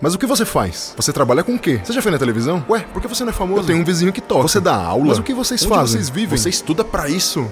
Mas o que você faz? Você trabalha com o quê? Você já foi na televisão? Ué, por que você não é famoso? Eu tenho um vizinho que toca. Você dá aula? Mas o que vocês Onde fazem? vocês vivem? Você estuda pra isso?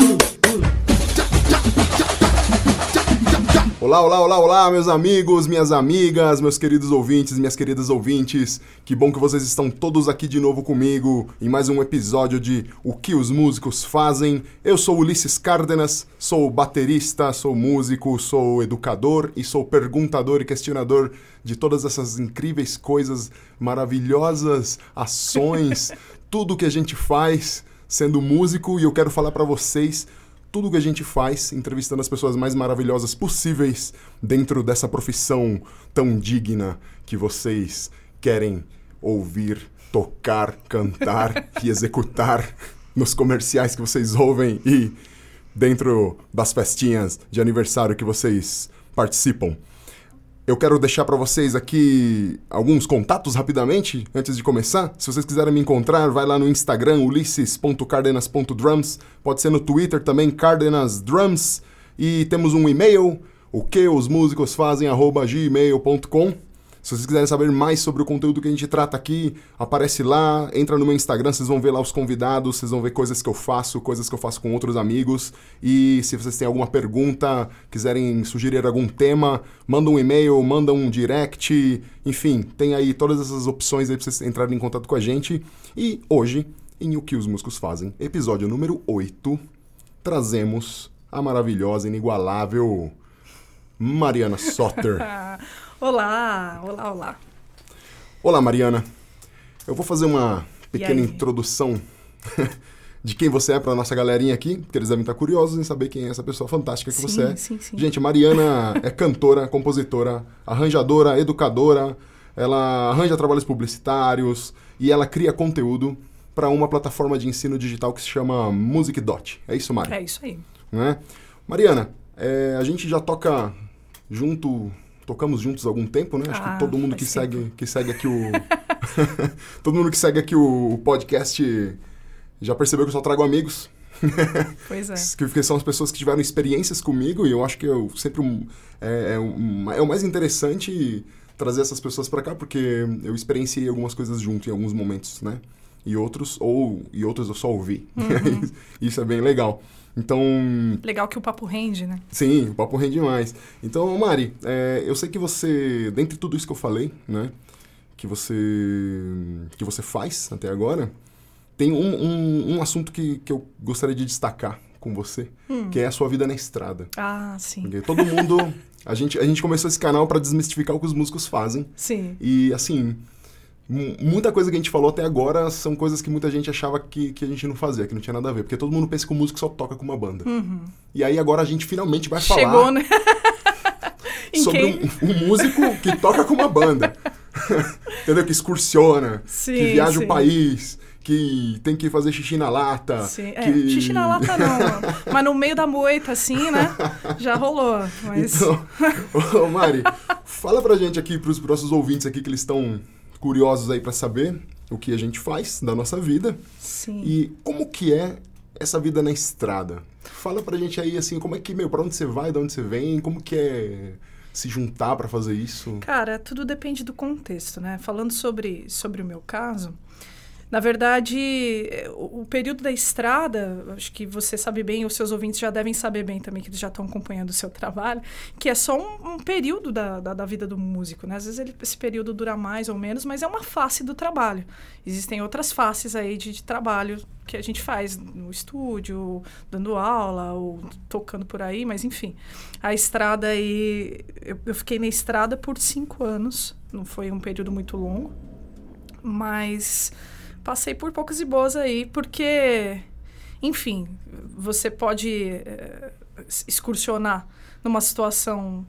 Olá, olá, olá, olá, meus amigos, minhas amigas, meus queridos ouvintes, minhas queridas ouvintes. Que bom que vocês estão todos aqui de novo comigo em mais um episódio de O que os músicos fazem. Eu sou Ulisses Cárdenas, sou baterista, sou músico, sou educador e sou perguntador e questionador de todas essas incríveis coisas, maravilhosas ações, tudo que a gente faz sendo músico e eu quero falar pra vocês tudo que a gente faz, entrevistando as pessoas mais maravilhosas possíveis dentro dessa profissão tão digna que vocês querem ouvir, tocar, cantar e executar nos comerciais que vocês ouvem e dentro das festinhas de aniversário que vocês participam. Eu quero deixar para vocês aqui alguns contatos rapidamente antes de começar. Se vocês quiserem me encontrar, vai lá no Instagram ulisses.cardenas.drums, pode ser no Twitter também cardenasdrums e temos um e-mail, o que os músicos fazem @gmail.com. Se vocês quiserem saber mais sobre o conteúdo que a gente trata aqui, aparece lá, entra no meu Instagram, vocês vão ver lá os convidados, vocês vão ver coisas que eu faço, coisas que eu faço com outros amigos. E se vocês têm alguma pergunta, quiserem sugerir algum tema, manda um e-mail, manda um direct, enfim, tem aí todas essas opções aí pra vocês entrarem em contato com a gente. E hoje, em O Que Os Músicos Fazem, episódio número 8, trazemos a maravilhosa, inigualável Mariana Sotter. Olá, olá, olá. Olá, Mariana. Eu vou fazer uma pequena aí? introdução de quem você é para nossa galerinha aqui, porque eles devem estar curiosos em saber quem é essa pessoa fantástica que Sim, você é. sim, sim. Gente, Mariana é cantora, compositora, arranjadora, educadora. Ela arranja trabalhos publicitários e ela cria conteúdo para uma plataforma de ensino digital que se chama Music Dot. É isso, Mari? É isso aí. né? Mariana, é, a gente já toca junto, tocamos juntos há algum tempo, né? Acho Ah, que todo mundo que faz segue, que segue aqui o todo mundo que segue aqui o, o podcast já percebeu que eu só trago amigos, Pois é. que que são as pessoas que tiveram experiências comigo e eu acho que eu sempre um- é, é um- é o mais interessante trazer essas pessoas pra cá porque eu experienciei algumas coisas junto em alguns momentos, né? E outros ou e outros eu só ouvi. Uhum. Isso é bem legal. Então, Legal que o papo rende, né? Sim, o papo rende mais. Então, Mari, é, eu sei que você, dentre tudo isso que eu falei, né, que você que você faz até agora, tem um, um, um assunto que, que eu gostaria de destacar com você, que é a sua vida na estrada. Ah, sim. Porque todo mundo, a gente, a gente começou esse canal para desmistificar o que os músicos fazem Sim. e assim. mu- Muita coisa que a gente falou até agora são coisas que muita gente achava que, que a gente não fazia, que não tinha nada a ver. Porque todo mundo pensa que o músico só toca com uma banda. E aí agora a gente finalmente vai falar Chegou, né? em sobre quem? um, um músico que toca com uma banda. Entendeu? Que excursiona, Sim, que viaja sim. o país, que tem que fazer xixi na lata. Sim. É, que... xixi na lata não. Mas no meio da moita, assim, né? Já rolou. Mas Então, ô, Mari, fala pra gente aqui, pros nossos ouvintes aqui que eles estão curiosos aí pra saber o que a gente faz da nossa vida sim. e como que é essa vida na estrada. Fala pra gente aí, assim, como é que, meu, pra onde você vai, de onde você vem, como que é se juntar pra fazer isso. Cara, tudo depende do contexto, né? Falando sobre, sobre o meu caso, na verdade, eh, o, o período da estrada, acho que você sabe bem, os seus ouvintes já devem saber bem também, que eles já estão acompanhando o seu trabalho, que é só um, um período da, da, da vida do músico, né? Às vezes ele- esse período dura mais ou menos, mas é uma face do trabalho. Existem outras faces aí de, de trabalho que a gente faz no estúdio, dando aula ou tocando por aí, mas enfim. A estrada aí. Eu, eu fiquei na estrada por cinco anos. Não foi um período muito longo. Mas passei por poucas e boas aí, porque. Enfim, você pode eh, s- excursionar numa situação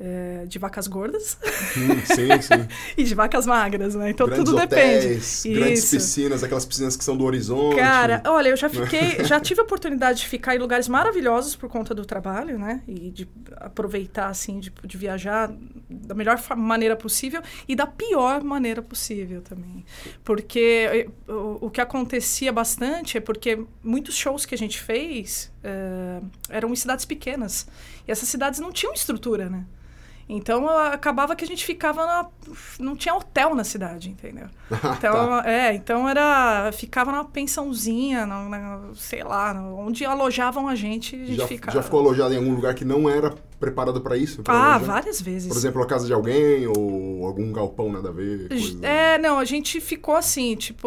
eh, de vacas gordas Hum, sim, sim. e de vacas magras, né? Então grandes tudo depende. hotéis, grandes Isso. piscinas, aquelas piscinas que são do horizonte. Cara, olha, eu já fiquei, já tive a oportunidade de ficar em lugares maravilhosos por conta do trabalho, né? E de aproveitar, assim, de, de viajar da melhor fa- maneira possível e da pior maneira possível também. Porque eh, o, o que acontecia bastante é porque muitos shows que a gente fez eh, eram em cidades pequenas. E essas cidades não tinham estrutura, né? Então a- acabava que a gente ficava na, não tinha hotel na cidade, entendeu? Ah, tá. Então, é, então era ficava numa pensãozinha, na, na- sei lá, na- onde alojavam a gente, a gente Já, ficava. já ficou alojado em algum lugar que não era preparado pra isso? pra Ah, alojar? várias vezes. Por exemplo, a casa de alguém ou algum galpão nada a ver? coisa- É, não, a gente ficou assim, tipo,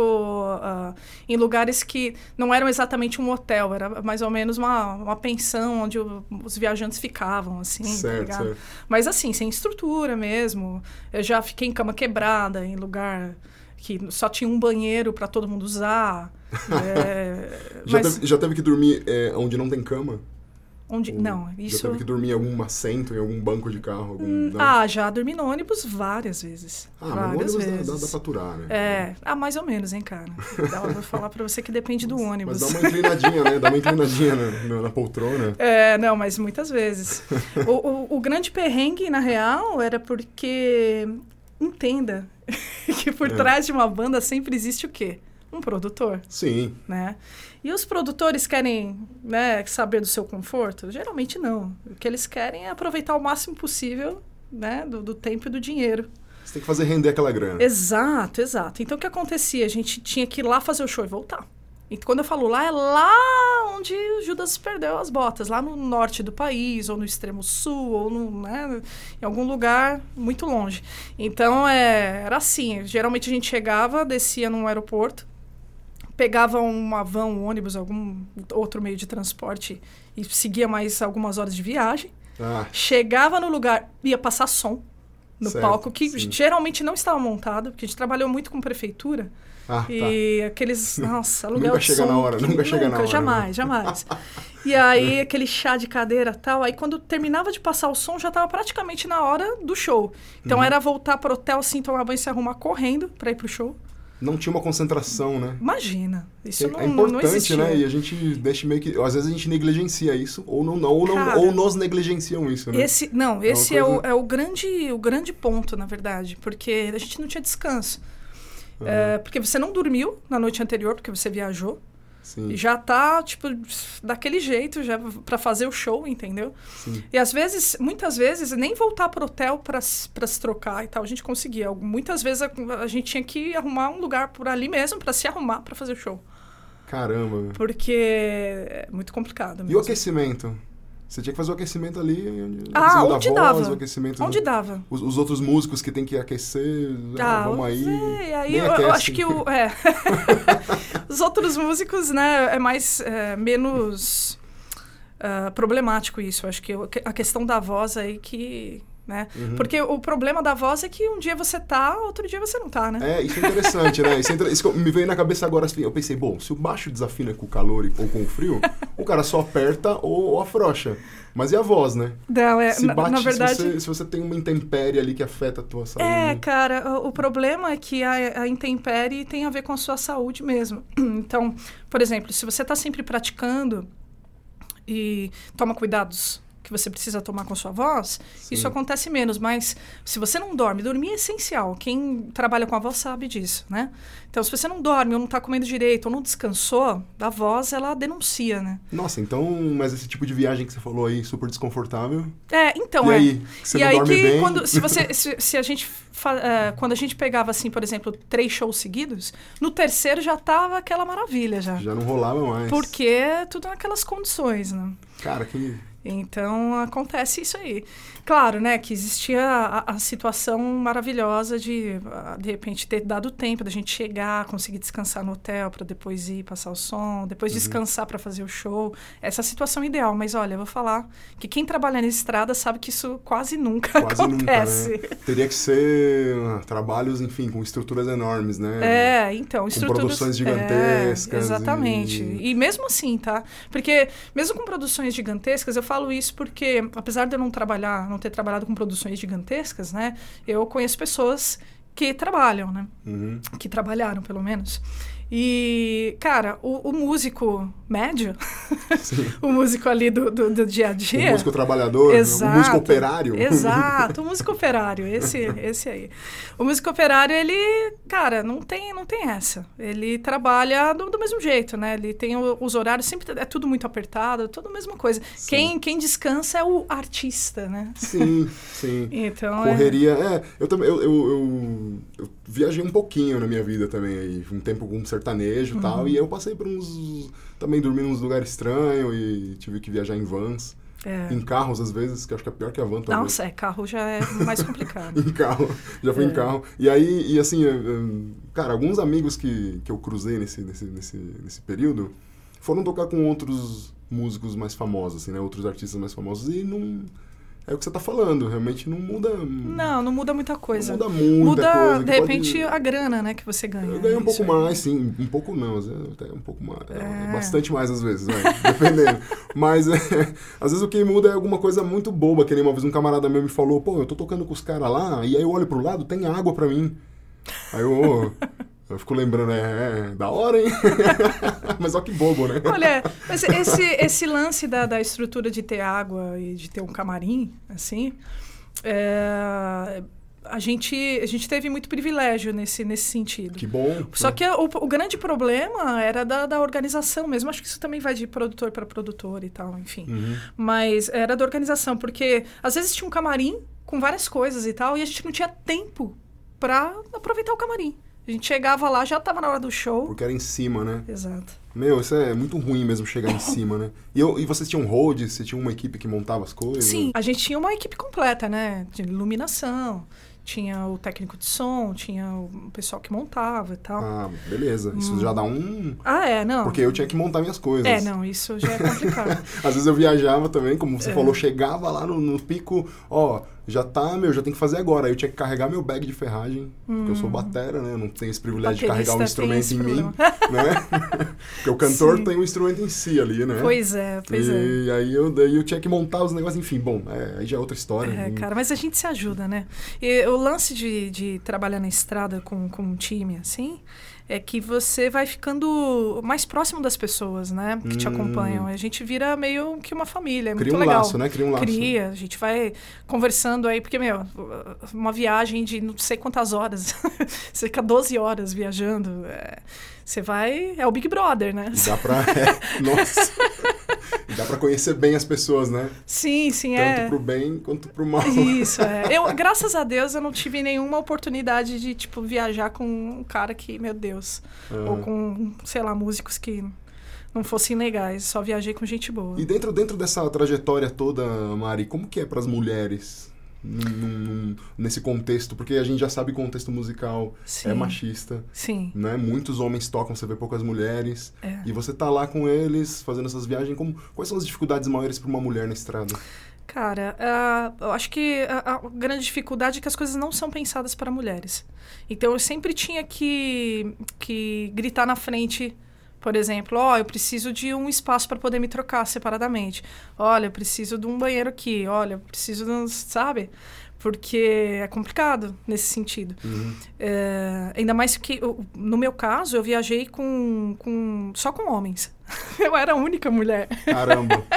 ah, em lugares que não eram exatamente um hotel, era mais ou menos uma, uma pensão onde o- os viajantes ficavam, assim, tá certo, ligado? certo. Mas assim, sem estrutura mesmo. Eu já fiquei em cama quebrada, em lugar que só tinha um banheiro pra todo mundo usar. É, Já, mas teve, já teve que dormir é, onde não tem cama? onde. Ou Não, Já isso. teve que dormir em algum assento, em algum banco de carro? Algum... não? Ah, já dormi no ônibus várias vezes. Ah, mas no várias ônibus dá- vezes. dá, dá pra aturar, né? É, ah, mais ou menos, hein, cara. Dá, vou falar pra você que depende do Mas ônibus. dá uma inclinadinha, né? Dá uma inclinadinha na, na- na poltrona. É, não, mas muitas vezes. O, o- o grande perrengue, na real, era porque. Entenda que por É. trás de uma banda sempre existe o quê? Um produtor, Sim. né? E os produtores querem né, saber do seu conforto? Geralmente não. O que eles querem é aproveitar o máximo possível né, do- do tempo e do dinheiro. Você tem que fazer render aquela grana. Exato, exato. Então o que acontecia? A gente tinha que ir lá fazer o show e voltar. E quando eu falo lá, é lá onde o Judas perdeu as botas, lá no norte do país, ou no extremo sul, ou no, né, em algum lugar muito longe. Então é, era assim: geralmente a gente chegava, descia num aeroporto, pegava uma van, um ônibus, algum outro meio de transporte e seguia mais algumas horas de viagem. Ah, Chegava no lugar, ia passar som no Certo, palco, que sim. geralmente não estava montado, porque a gente trabalhou muito com prefeitura. ah tá. E aqueles. Nossa, aluguel Nunca de chega som na hora, que nunca chega na hora, né? Jamais, jamais. E aí, aquele chá de cadeira tal. Aí, quando terminava de passar o som, já estava praticamente na hora do show. Então, Uhum. era voltar pro hotel, assim, tomar banho, se arrumar correndo para ir pro show. Não tinha uma concentração, né? Imagina, isso não, é não- não importante, existia. né? E a gente deixa meio que. Às vezes a gente negligencia isso, ou não, não- ou, não- Cara, ou nos negligenciam isso, né? Esse, não, É uma esse é, coisa- o, é o, grande, o grande ponto, na verdade, porque a gente não tinha descanso. Ah, É, porque você não dormiu na noite anterior, porque você viajou, sim, e já tá, tipo, daquele jeito, já para fazer o show, entendeu? sim. E às vezes, muitas vezes, nem voltar pro hotel para se trocar e tal, a gente conseguia. Algu- Muitas vezes a, a gente tinha que arrumar um lugar por ali mesmo para se arrumar para fazer o show. Caramba. meu. Porque é muito complicado E o mesmo. aquecimento? Você tinha que fazer o aquecimento ali. Onde, Ah, o aquecimento onde da voz, dava. O aquecimento Onde do- dava? os, os outros músicos que tem que aquecer. ah, Tá, vamos aí. é, aí nem eu, eu aquece. acho que o, é. os outros músicos, né, é mais é, menos ah, problemático isso. Eu Acho que o- a questão da voz aí que, né? Uhum. Porque o problema da voz é que um dia você tá, outro dia você não tá, né? É, isso é interessante, né? Isso, é inter- isso que eu- me veio na cabeça agora assim. Eu pensei, bom, se o baixo desafina com o calor e- ou com o frio, o cara só aperta ou, ou afrouxa. Mas e a voz, né? Não, é, Se na, bate, na se verdade você- se, você, tem uma intempérie ali que afeta a tua saúde. É, cara, o, o problema é que a, a intempérie tem a ver com a sua saúde mesmo. Então, por exemplo, se você está sempre praticando e toma cuidados que você precisa tomar com a sua voz, Sim. isso acontece menos. Mas se você não dorme, dormir é essencial. Quem trabalha com a voz sabe disso, né? Então, se você não dorme, ou não está comendo direito, ou não descansou, a voz ela denuncia, né? Nossa, então, mas esse tipo de viagem que você falou aí, super desconfortável. É, então e é. aí, que você e não aí dorme que bem. quando se você se, se a gente fa- eh, quando a gente pegava assim por exemplo três shows seguidos no terceiro já tava aquela maravilha já, Já não rolava mais. porque tudo naquelas condições né Cara, que. então acontece isso aí claro né que existia a, a situação maravilhosa de ah, de repente ter dado tempo da gente chegar conseguir descansar no hotel para depois ir passar o som Uhum. depois descansar para fazer o show essa é a situação ideal mas olha eu vou falar que quem trabalha na estrada sabe que isso quase nunca Quase nunca, acontece né? Teria que ser ah, trabalhos, enfim, com estruturas enormes, né? É, então, estruturas... produções é, gigantescas exatamente. e- E... mesmo assim, tá? Porque mesmo com produções gigantescas, eu falo isso porque, apesar de eu não trabalhar, não ter trabalhado com produções gigantescas, né? Eu conheço pessoas que trabalham, né? Uhum. Que trabalharam, pelo menos. E, cara, o, o músico médio, o músico ali do, do, do dia a dia. O músico trabalhador, Exato. o músico operário. Exato, o músico operário, esse, esse aí. O músico operário, ele, cara, não tem, não tem essa. Ele trabalha do, do mesmo jeito, né? Ele tem o- os horários, sempre é tudo muito apertado, tudo a mesma coisa. Sim. Quem, quem descansa é o artista, né? Sim, sim. Então, é- Correria. É, eu também. Eu, eu, eu- eu viajei um pouquinho na minha vida também. aí, Um tempo com sertanejo e Uhum. tal. E eu passei por uns. Também dormi nos lugares estranhos e tive que viajar em vans. é. Em carros, às vezes, que eu acho que é pior que a van também. Nossa, é, carro já é mais complicado. Em carro, já fui em carro. E aí, e assim, eh, eh, cara, alguns amigos que, que eu cruzei nesse, nesse, nesse, nesse período foram tocar com outros músicos mais famosos, assim, né? Outros artistas mais famosos e não. É o que você tá falando, realmente não muda. não, não muda muita coisa. Muda muita Muda, coisa. que de pode- repente, a grana, né, que você ganha. Eu ganhei um Isso pouco aí. mais, sim. Um pouco não, às vezes até um pouco mais. é, É. Bastante mais às vezes, vai, dependendo. Mas é, às vezes o que muda é alguma coisa muito boba, que nem uma vez um camarada meu me falou, pô, eu tô tocando com os caras lá, e aí eu olho pro lado, tem água pra mim. Aí eu, ô, eu fico lembrando, é, é, da hora, hein? Mas ó que bobo, né? Olha, mas esse, esse lance da, da estrutura de ter água e de ter um camarim, assim, é, a, gente, a gente teve muito privilégio nesse, nesse sentido. Que bom. Só que o, o grande problema era da, da organização mesmo. Acho que isso também vai de produtor para produtor e tal, enfim. Uhum. Mas era da organização, porque às vezes tinha um camarim com várias coisas e tal, e a gente não tinha tempo para aproveitar o camarim. A gente chegava lá, já estava na hora do show. Porque era em cima, né? Exato. Meu, isso é muito ruim mesmo chegar em cima, né? E, eu, e vocês tinham hold, você tinha uma equipe que montava as coisas? Sim, a gente tinha uma equipe completa, né? De iluminação, tinha o técnico de som, tinha o pessoal que montava e tal. Ah, beleza. Isso já dá um. Ah, é, não. Porque eu tinha que montar minhas coisas. É, não, É. isso já é complicado. Às vezes eu viajava também, como você falou, chegava lá no, no pico, ó, já tá, meu, já tem que fazer agora. Aí eu tinha que carregar meu bag de ferragem, porque eu sou batera, né? Eu não tenho esse privilégio de carregar um Hum. Baterista tem instrumento esse em mim, problema. né? porque o cantor Sim. tem um instrumento em si ali, né? Pois é, pois é. e aí eu, daí eu tinha que montar os negócios, enfim, bom, é, aí já é outra história. É, E- cara, mas a gente se ajuda, né? E o lance de, de trabalhar na estrada com, com um time, assim, é que você vai ficando mais próximo das pessoas, né? Que te Hum. acompanham. A gente vira meio que uma família, é Cria um muito legal. laço, né? Cria um laço. Cria, a gente vai conversando aí, porque, meu, uma viagem de não sei quantas horas, cerca de 12 horas viajando, é, você vai. É o Big Brother, né? E Dá pra. é, nossa! E dá pra conhecer bem as pessoas, né? Sim, sim, é. Tanto pro bem quanto pro mal. Isso, é. Eu, graças a Deus, eu não tive nenhuma oportunidade de, tipo, viajar com um cara que, meu Deus. Ou Ah. com, sei lá, músicos que não fossem legais. Só viajei com gente boa. E dentro, dentro dessa trajetória toda, Mari, como que é pras mulheres num- num- nesse contexto? Porque a gente já sabe que o contexto musical Sim. é machista, Sim. né? Muitos homens tocam, você vê poucas mulheres. É. E você tá lá com eles, fazendo essas viagens. Como, quais são as dificuldades maiores pra uma mulher na estrada? Cara, ah, eu acho que a, a grande dificuldade é que as coisas não são pensadas para mulheres. Então eu sempre tinha que, que gritar na frente, por exemplo, ó, eu preciso de um espaço para poder me trocar separadamente. Olha, eu preciso de um banheiro aqui. Olha, eu preciso de um, sabe? Porque é complicado nesse sentido. É, ainda mais que, eu- no meu caso, eu viajei com, com só com homens. Eu era a única mulher. Caramba!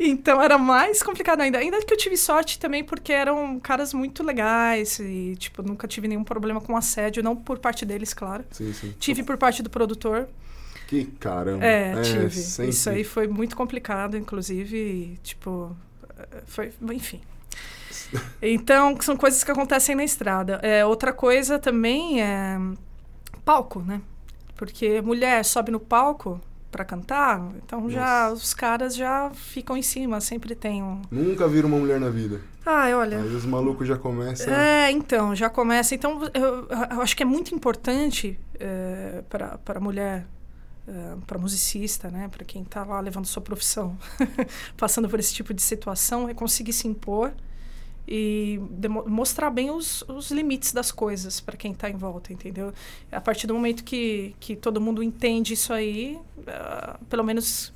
Então era mais complicado ainda. Ainda que eu tive sorte também, porque eram caras muito legais e, tipo, nunca tive nenhum problema com assédio, não por parte deles, claro. sim, sim. Tive por parte do produtor. Que caramba! É, tive. sempre. Isso aí foi muito complicado, inclusive, e, tipo, eh, foi, enfim. Então, são coisas que acontecem na estrada. É, outra coisa também é palco, né? Porque mulher sobe no palco pra cantar, então já Nossa. os caras já ficam em cima, sempre tem um Nunca vi uma mulher na vida. Ai, olha. Aí os malucos já começam. É, então, já começa. Então, eu, eu acho que é muito importante para para a mulher, para musicista, né, para quem está lá levando sua profissão, passando por esse tipo de situação, é conseguir se impor e demo- mostrar bem os, os limites das coisas para quem está em volta, entendeu? A partir do momento que, que todo ah, mundo entende isso aí, eh, pelo menos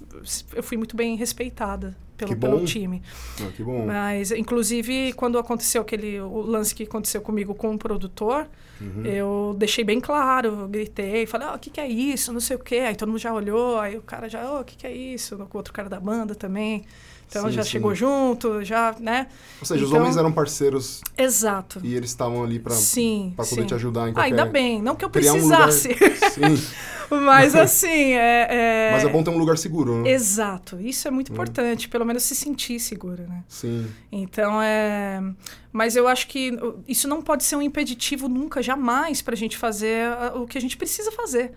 eu fui muito bem respeitada pelo, Que pelo bom. time. Ah, que bom. Mas, inclusive, quando aconteceu aquele o lance que aconteceu comigo com o produtor, Uhum. eu deixei bem claro, eu gritei, falei, ó, o que, que é isso? Não sei o quê. Aí todo mundo já olhou, aí o cara já, ó, o que, que é isso? O outro cara da banda também. Então Sim, já sim. chegou junto, já, né? Ou seja, os então- homens eram parceiros Exato. e eles estavam ali pra, sim. pra poder sim. te ajudar em Ah, qualquer... ainda bem, não que eu criar um lugar- precisasse, Sim, mas assim, é, mas é bom ter um lugar seguro, né? Hum. Exato, isso é muito importante, pelo menos se sentir segura, né? Sim, Então é. Mas eu acho que uh, isso não pode ser um impeditivo nunca, jamais, para a gente fazer uh, o que a gente precisa fazer.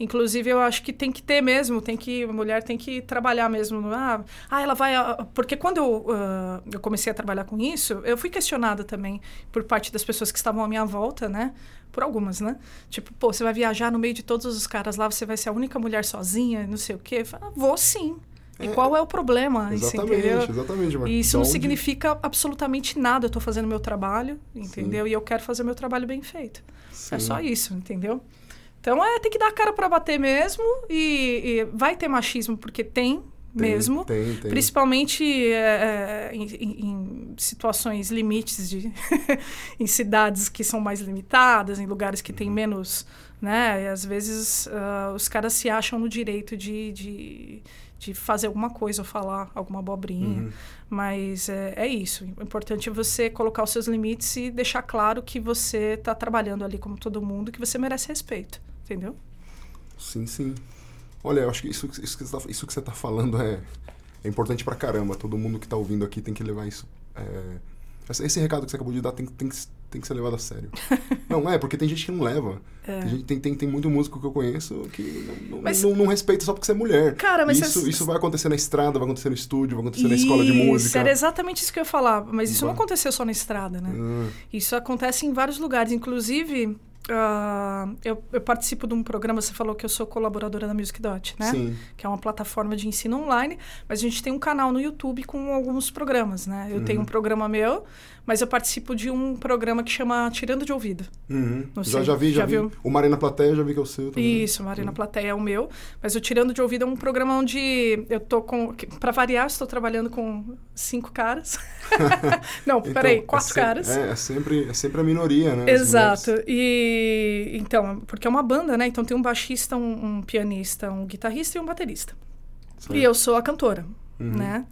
Inclusive, eu acho que tem que ter mesmo, tem que. A mulher tem que trabalhar mesmo. no- Ah, ah, ela vai. ah, Porque quando eu, ah, eu comecei a trabalhar com isso, eu fui questionada também por parte das pessoas que estavam à minha volta, né? Por algumas, né? Tipo, pô, você vai viajar no meio de todos os caras lá, você vai ser a única mulher sozinha, não sei o quê. Eu falei, ah, vou sim. E qual é o problema? Isso, exatamente, entendeu? exatamente. mas E isso da não onde- significa absolutamente nada. Eu tô fazendo meu trabalho, entendeu? E eu quero fazer meu trabalho bem feito. Sim. É só isso, entendeu? Então é, tem que dar a cara para bater mesmo. E, e vai ter machismo, porque tem, Tem, mesmo. Tem, tem. Principalmente é, é, em, em- em situações limites de em cidades que são mais limitadas, em lugares que Uhum. tem menos, né? E às vezes ah, os caras se acham no direito de, de, de fazer alguma coisa ou falar alguma abobrinha. Uhum. Mas é, é isso. O importante é você colocar os seus limites e deixar claro que você está trabalhando ali como todo mundo, que você merece respeito. Entendeu? Sim, sim. Olha, eu acho que isso, isso, que, você tá, isso que você tá falando é, é importante pra caramba. Todo mundo que tá ouvindo aqui tem que levar isso. é, essa- esse recado que você acabou de dar tem, que- tem, que- tem que ser levado a sério. não, é, porque tem gente que não leva. Tem, gente- tem, tem, tem muito músico que eu conheço que não, não- É. Mas- não, não respeita só porque você é mulher. Cara, mas isso, você- isso vai acontecer na estrada, vai acontecer no estúdio, vai acontecer na é escola de música. Era exatamente isso que eu ia falar. Mas isso não Vai. aconteceu só na estrada, né? Ah, Isso acontece em vários lugares. Inclusive, ah, eu, eu participo de um programa, você falou que eu sou colaboradora da Music Dot, né? Sim. que é uma plataforma de ensino online, mas a gente tem um canal no YouTube com alguns programas, né? Eu Uhum. tenho um programa meu, mas eu participo de um programa que chama Tirando de Ouvido. Uhum. Não Já, sei. já vi, já, Já vi. viu? O Marina Platéia, já vi que é o seu também. Isso, Marina Plateia é o meu, mas o Tirando de Ouvido é um programa onde eu tô com... Para variar, estou trabalhando com cinco caras. Não, Então, peraí, é quatro se- caras. É, é sempre, é sempre a minoria, né? As mulheres. Exato. E então, porque é uma banda, né? Então tem um baixista, um, um pianista, um guitarrista e um baterista. Certo. Uhum. E eu sou a cantora, né?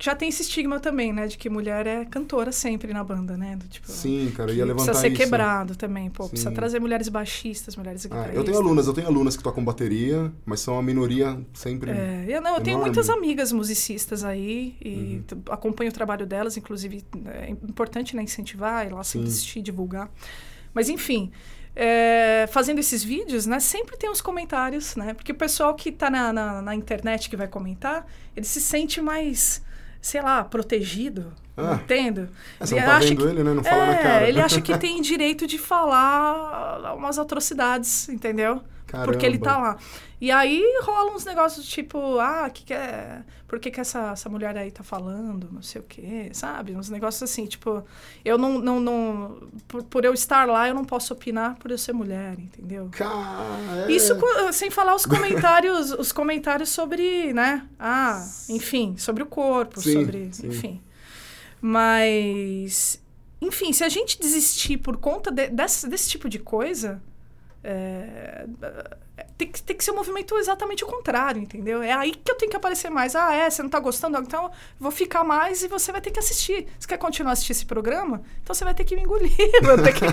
Já tem esse estigma também, né? De que mulher é cantora sempre na banda, né? Do tipo, Sim, cara, que ia levantar precisa ser isso. quebrado também, pô. Precisa Sim. trazer mulheres baixistas, mulheres Ah, guitarristas. eu tenho alunas, eu tenho alunas que tocam bateria, mas são a minoria sempre. É, eu, não, eu Enorme. tenho Uhum. muitas amigas musicistas aí e t- acompanho o trabalho delas, inclusive é importante né, incentivar e lá sempre Sim. assistir, divulgar. Mas enfim, é, fazendo esses vídeos, né, sempre tem uns comentários, né? Porque o pessoal que tá na, na, na internet que vai comentar, ele se sente mais, sei lá, protegido, Ah. entendo? É, você não tá acha vendo ele, né? Não fala na É, cara. ele acha que tem direito de falar umas atrocidades, entendeu? Porque ele tá Caramba. lá. E aí rola uns negócios tipo, ah, que que é? Por que, que essa, essa mulher aí tá falando? Não sei o quê, sabe? Uns negócios assim, tipo, eu não. não, não por, por eu estar lá, eu não posso opinar por eu ser mulher, entendeu? Cara, é- Isso co- sem falar os comentários, os comentários sobre, né? Ah, enfim, sobre o corpo, Sim, sobre. sim. Enfim. Mas. Enfim, se a gente desistir por conta de- desse, desse tipo de coisa. é, tem, que, tem que ser um movimento exatamente o contrário, entendeu? É aí que eu tenho que aparecer mais. Ah, é, você não tá gostando? Então eu vou ficar mais e você vai ter que assistir. Você quer continuar a assistir esse programa? Então você vai ter que me engolir. Eu vou ter que-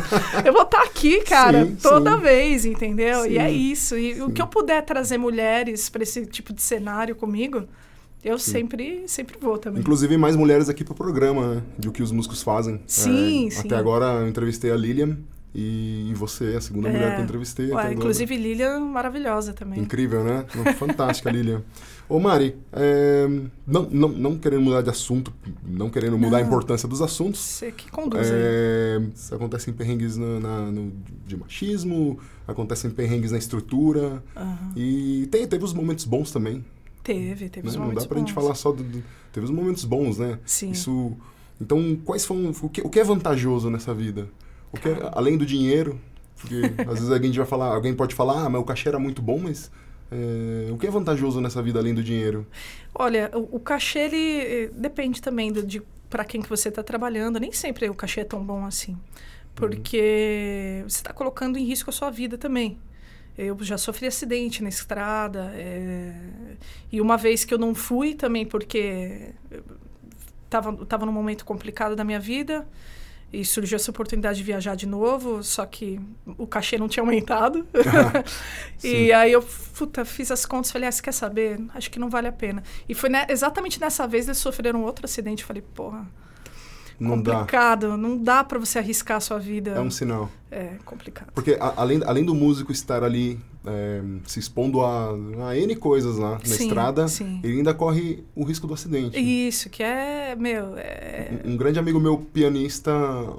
eu vou estar aqui, cara, Sim, toda sim. vez, entendeu? E é Sim. isso. E o que eu puder trazer mulheres para esse tipo de cenário comigo, eu sempre, sempre vou também. Inclusive, mais mulheres aqui pro programa, né? De o que os músicos fazem. Sim, É, sim. Até agora eu entrevistei a Lilian e você é a segunda É. mulher que eu entrevistei. até Ué, agora. inclusive, Lilian, maravilhosa também. Incrível, né? Não, Fantástica, Lilian. Ô, Mari, é, não, não, não querendo mudar de assunto, não querendo mudar a Não. importância dos assuntos, Você que conduz né? aí. É, isso acontecem perrengues na, na- no- de machismo, acontecem perrengues na estrutura. Aham. E tem, teve os momentos bons também. Teve, teve né? um os Não momentos dá pra gente bons. falar só do, do- Teve os momentos bons, né? Sim. Isso. Então, quais foram. O que, o que é vantajoso nessa vida? O que é- além do dinheiro? Porque às vezes alguém vai falar, alguém pode falar, ah, mas o cachê era muito bom, mas. é, É, o que é vantajoso nessa vida além do dinheiro? Olha, o, o cachê, ele eh, depende também do- de para quem que você está trabalhando. Nem sempre o cachê é tão bom assim. Porque você está colocando em risco a sua vida também. Eu já sofri acidente na estrada. eh, E uma vez que eu não fui também, porque estava tava num momento complicado da minha vida. E surgiu essa oportunidade de viajar de novo, só que o cachê não tinha aumentado. sim. e aí eu puta, fiz as contas, falei, ah, você quer saber? Acho que não vale a pena. E foi ne- exatamente nessa vez eles sofreram outro acidente. Eu Falei, porra, Não dá. complicado, não dá pra você arriscar a sua vida. É um sinal. É, complicado. Porque a- além, além do músico estar ali é, se expondo a, a N coisas lá na Sim, estrada, sim. ele ainda corre o risco do acidente. Isso, que é, meu, é... Um, um grande amigo meu, pianista,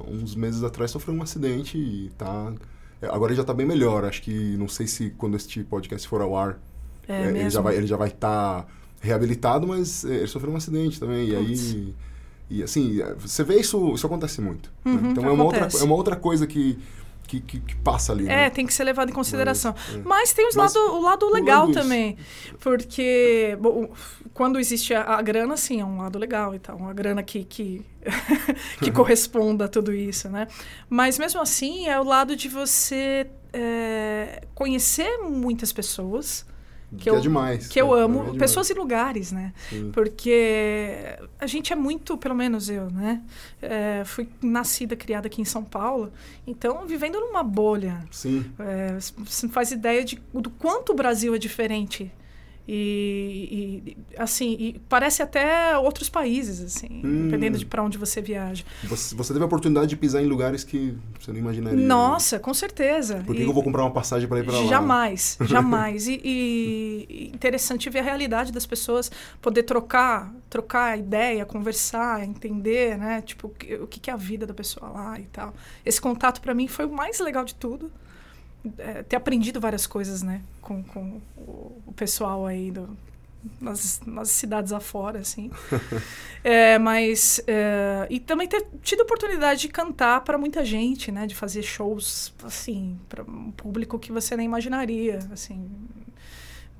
uns meses atrás sofreu um acidente e tá. é, Agora ele já tá bem melhor. Acho que não sei se quando este podcast for ao ar, É, é, ele mesmo. já vai ele já vai estar reabilitado, mas é, ele sofreu um acidente também. E Putz. aí e assim, é, você vê isso, isso acontece muito. né? Uhum, Então é uma outra acontece. é uma outra coisa que que, que- que passa ali, É, né? tem que ser levado em consideração. é. Mas tem os Mas lado, o lado legal lado isso. também. Porque bom, quando existe a, a grana, sim, é um lado legal e tal. Uma grana que, que, Uhum. que corresponda a tudo isso, né? Mas mesmo assim, é o lado de você é, conhecer muitas pessoas. que, eu- é demais. Que eu né? amo. É demais. pessoas e lugares, né? Sim. Porque a gente é muito, pelo menos eu, né? É, fui nascida, criada aqui em São Paulo. Então, vivendo numa bolha, Sim. é, c- você não faz ideia de, do quanto o Brasil é diferente. E, e- e, assim, e parece até outros países, assim, Hum. dependendo de para onde você viaja. Você, você teve a oportunidade de pisar em lugares que você não imaginaria. né? Nossa, com certeza. Por que, E- que eu vou comprar uma passagem para ir para lá? Jamais, jamais. E, e- e interessante ver a realidade das pessoas, poder trocar, trocar ideia, conversar, entender, né? Tipo, o que- o que que é a vida da pessoa lá e tal. Esse contato para mim foi o mais legal de tudo. É, ter aprendido várias coisas, né? Com, com o, o pessoal aí do, nas, nas cidades afora, assim. É, mas é, e também ter tido a oportunidade de cantar para muita gente, né? De fazer shows assim para um público que você nem imaginaria, assim,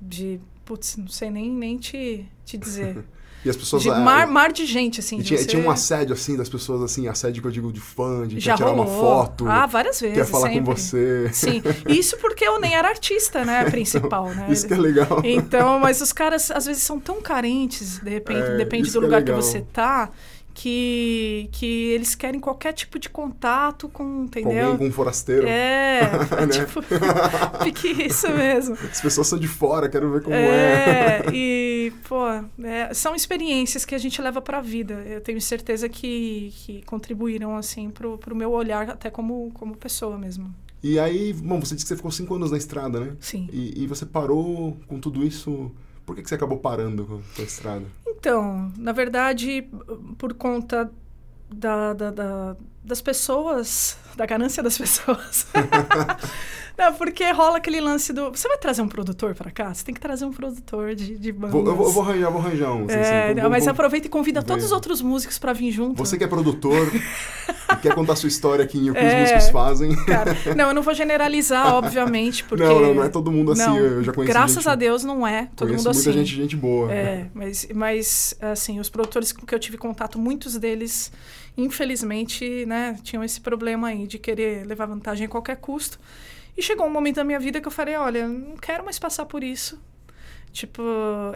de putz, não sei nem nem te, te dizer. E as pessoas. De ah, mar, mar de gente E assim. de tinha, você- tinha um assédio, assim, das pessoas, assim, assédio que eu digo de fã, de quer já tirar rolou. uma foto, Ah, várias vezes. quer falar sempre. com você. Sim. Isso porque eu nem era artista, né? Principal, né? Isso que é legal. Então, mas os caras às vezes são tão carentes, de repente, É, depende isso do que é lugar que legal. você tá, que, que eles querem qualquer tipo de contato com, Com alguém, entendeu? com Né? um forasteiro. É, é tipo, fique isso mesmo. As pessoas são de fora, quero ver como é. É, e, pô, é, são experiências que a gente leva pra vida. Eu tenho certeza que, que contribuíram, assim, pro, pro meu olhar, até como, como pessoa mesmo. E aí, bom, você disse que você ficou cinco anos na estrada, né? Sim. E, e você parou com tudo isso. Por que, que você acabou parando com com a estrada? Então, na verdade, por conta da, da- da- das pessoas, da ganância das pessoas. Não, porque rola aquele lance do. Você vai trazer um produtor pra cá? Você tem que trazer um produtor de, de bandas. Vou- eu, vou, eu vou arranjar, vou arranjar um. assim, É, assim, vou- vou- mas vou- aproveita e convida todos os Veio. outros músicos pra vir junto. Você que é produtor e quer contar sua história aqui em o que É. os músicos fazem. Cara, não, eu não vou generalizar, obviamente, porque. Não, não, não é todo mundo assim, Não, eu já conheço Graças gente- a Deus não é todo Conheço mundo assim. muita gente, gente boa. É, mas, mas assim, os produtores com que eu tive contato, muitos deles, infelizmente, né, tinham esse problema aí de querer levar vantagem a qualquer custo. E chegou um momento da minha vida que eu falei, olha, não quero mais passar por isso. Tipo,